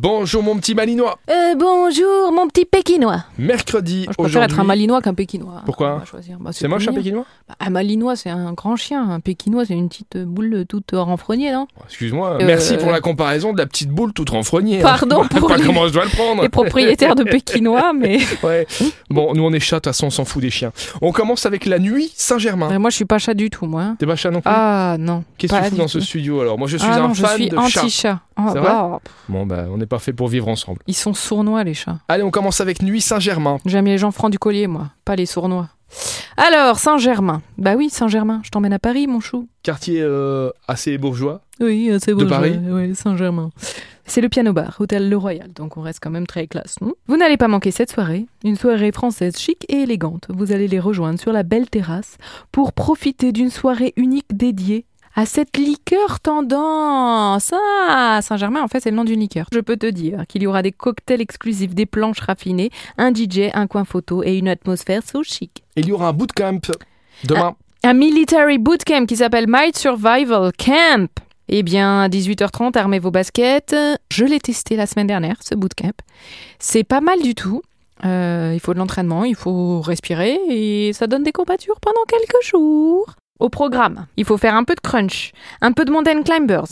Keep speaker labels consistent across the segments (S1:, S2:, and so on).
S1: Bonjour mon petit malinois.
S2: Euh, bonjour, mon petit Pékinois.
S1: Mercredi
S2: Moi, Ah, je préfère
S1: aujourd'hui.
S2: être un Malinois qu'un Pékinois. hein.
S1: Pourquoi
S2: On va choisir. Bah,
S1: C'est moche un
S2: plus mignon.
S1: pékinois
S2: Bah, Un Malinois, c'est un grand chien. Un Pékinois, c'est une petite euh, boule euh, toute euh, renfrognée, non
S1: Oh, Excuse-moi.
S2: Euh,
S1: Merci
S2: euh,
S1: pour la comparaison de la petite boule toute renfrognée. hein. Je
S2: Pardon
S1: sais
S2: pour
S1: pas
S2: les-
S1: comment je dois le prendre.
S2: Les propriétaires de Pékinois, mais
S1: Ouais. Bon, nous on est chat, de toute façon on s'en fout des chiens. On commence avec la nuit Saint-Germain.
S2: Mais moi, je suis pas chat du tout, moi. hein.
S1: T'es pas chat non plus
S2: Ah non.
S1: Qu'est-ce que
S2: pas
S1: tu fous
S2: du
S1: dans
S2: tout.
S1: ce studio alors Moi je suis
S2: ah,
S1: un
S2: non,
S1: fan
S2: je suis
S1: de chats.
S2: anti-chat. Ah,
S1: C'est vrai
S2: bah, pff,
S1: Bon bah on n'est pas fait pour vivre ensemble.
S2: ils sont sournois, les chats.
S1: Allez, on commence avec Nuit Saint-Germain.
S2: J'aime les gens francs du collier, moi, pas les sournois. Alors, Saint-Germain. Bah oui, Saint-Germain, je t'emmène à Paris, mon chou.
S1: Quartier euh, assez bourgeois.
S2: Oui, euh, c'est beau.
S1: De
S2: je-
S1: Paris
S2: ouais, Saint-Germain. C'est le piano bar, hôtel Le Royal, donc on reste quand même très classe, non Vous n'allez pas manquer cette soirée, une soirée française chic et élégante. Vous allez les rejoindre sur la belle terrasse pour profiter d'une soirée unique dédiée à cette liqueur tendance. Ah, Saint-Germain, en fait, c'est le nom d'une liqueur. Je peux te dire qu'il y aura des cocktails exclusifs, des planches raffinées, un DJ, un coin photo et une atmosphère so chic
S1: Il y aura un bootcamp demain.
S2: un military bootcamp qui s'appelle Might Survival Camp. Eh bien, à 18h30, armez vos baskets. Je l'ai testé la semaine dernière, ce bootcamp. C'est pas mal du tout. Euh, il faut de l'entraînement, il faut respirer et ça donne des courbatures pendant quelques jours. Au programme, il faut faire un peu de crunch, un peu de mountain climbers,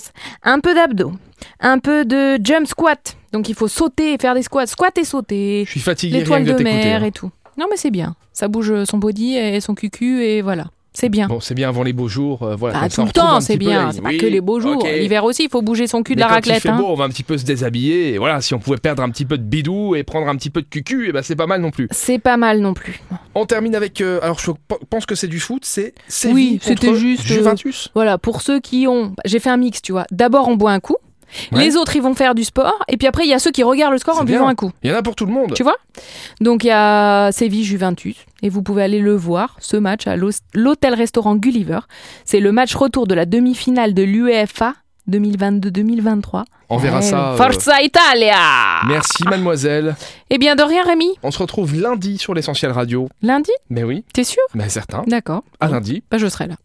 S2: un peu d'abdos, un peu de jump squat. Donc il faut sauter et faire des squats, squat et sauter
S1: Je suis fatigué rien
S2: l'étoile
S1: que de
S2: de
S1: t'écouter.
S2: mer
S1: hein.
S2: et tout. Non mais c'est bien. Ça bouge euh, son body et son cucu et voilà. C'est bien.
S1: Bon, c'est bien avant les beaux jours. euh, voilà,
S2: Bah,
S1: comme ça,
S2: tout
S1: on
S2: le
S1: retrouve un
S2: temps,
S1: petit
S2: c'est
S1: peu
S2: bien.
S1: la-
S2: C'est
S1: Oui,
S2: pas que les beaux jours.
S1: ok.
S2: L'hiver aussi, il faut bouger son cul de
S1: Mais
S2: la
S1: quand
S2: raclette.
S1: il fait
S2: hein.
S1: beau, on va un petit peu se déshabiller. Et voilà, si on pouvait perdre un petit peu de bidou et prendre un petit peu de cucu, et ben c'est pas mal non plus.
S2: C'est pas mal non plus.
S1: On termine avec. euh, alors, je p- pense que c'est du foot. C'est. Séville
S2: Oui,
S1: contre
S2: c'était juste, euh,
S1: Juventus.
S2: Voilà, pour ceux qui ont. J'ai fait un mix, tu vois. D'abord, on boit un coup.
S1: Ouais.
S2: Les autres, ils vont faire du sport. Et puis après, il y a ceux qui regardent le score
S1: C'est
S2: en buvant
S1: bien.
S2: un coup.
S1: Il y en a pour tout le monde.
S2: Tu vois Donc, il y a Séville Juventus. Et vous pouvez aller le voir, ce match, à l'hos- l'hôtel-restaurant Gulliver. C'est le match retour de la demi-finale de l'UEFA 2022-2023.
S1: On verra ça. euh,
S2: Forza Italia
S1: Merci, mademoiselle.
S2: Eh bien, de rien, Rémi.
S1: On se retrouve lundi sur l'essentiel radio.
S2: Lundi
S1: Mais oui,
S2: T'es sûr
S1: mais certain.
S2: D'accord.
S1: À Ah, lundi.
S2: Bah, je serai là.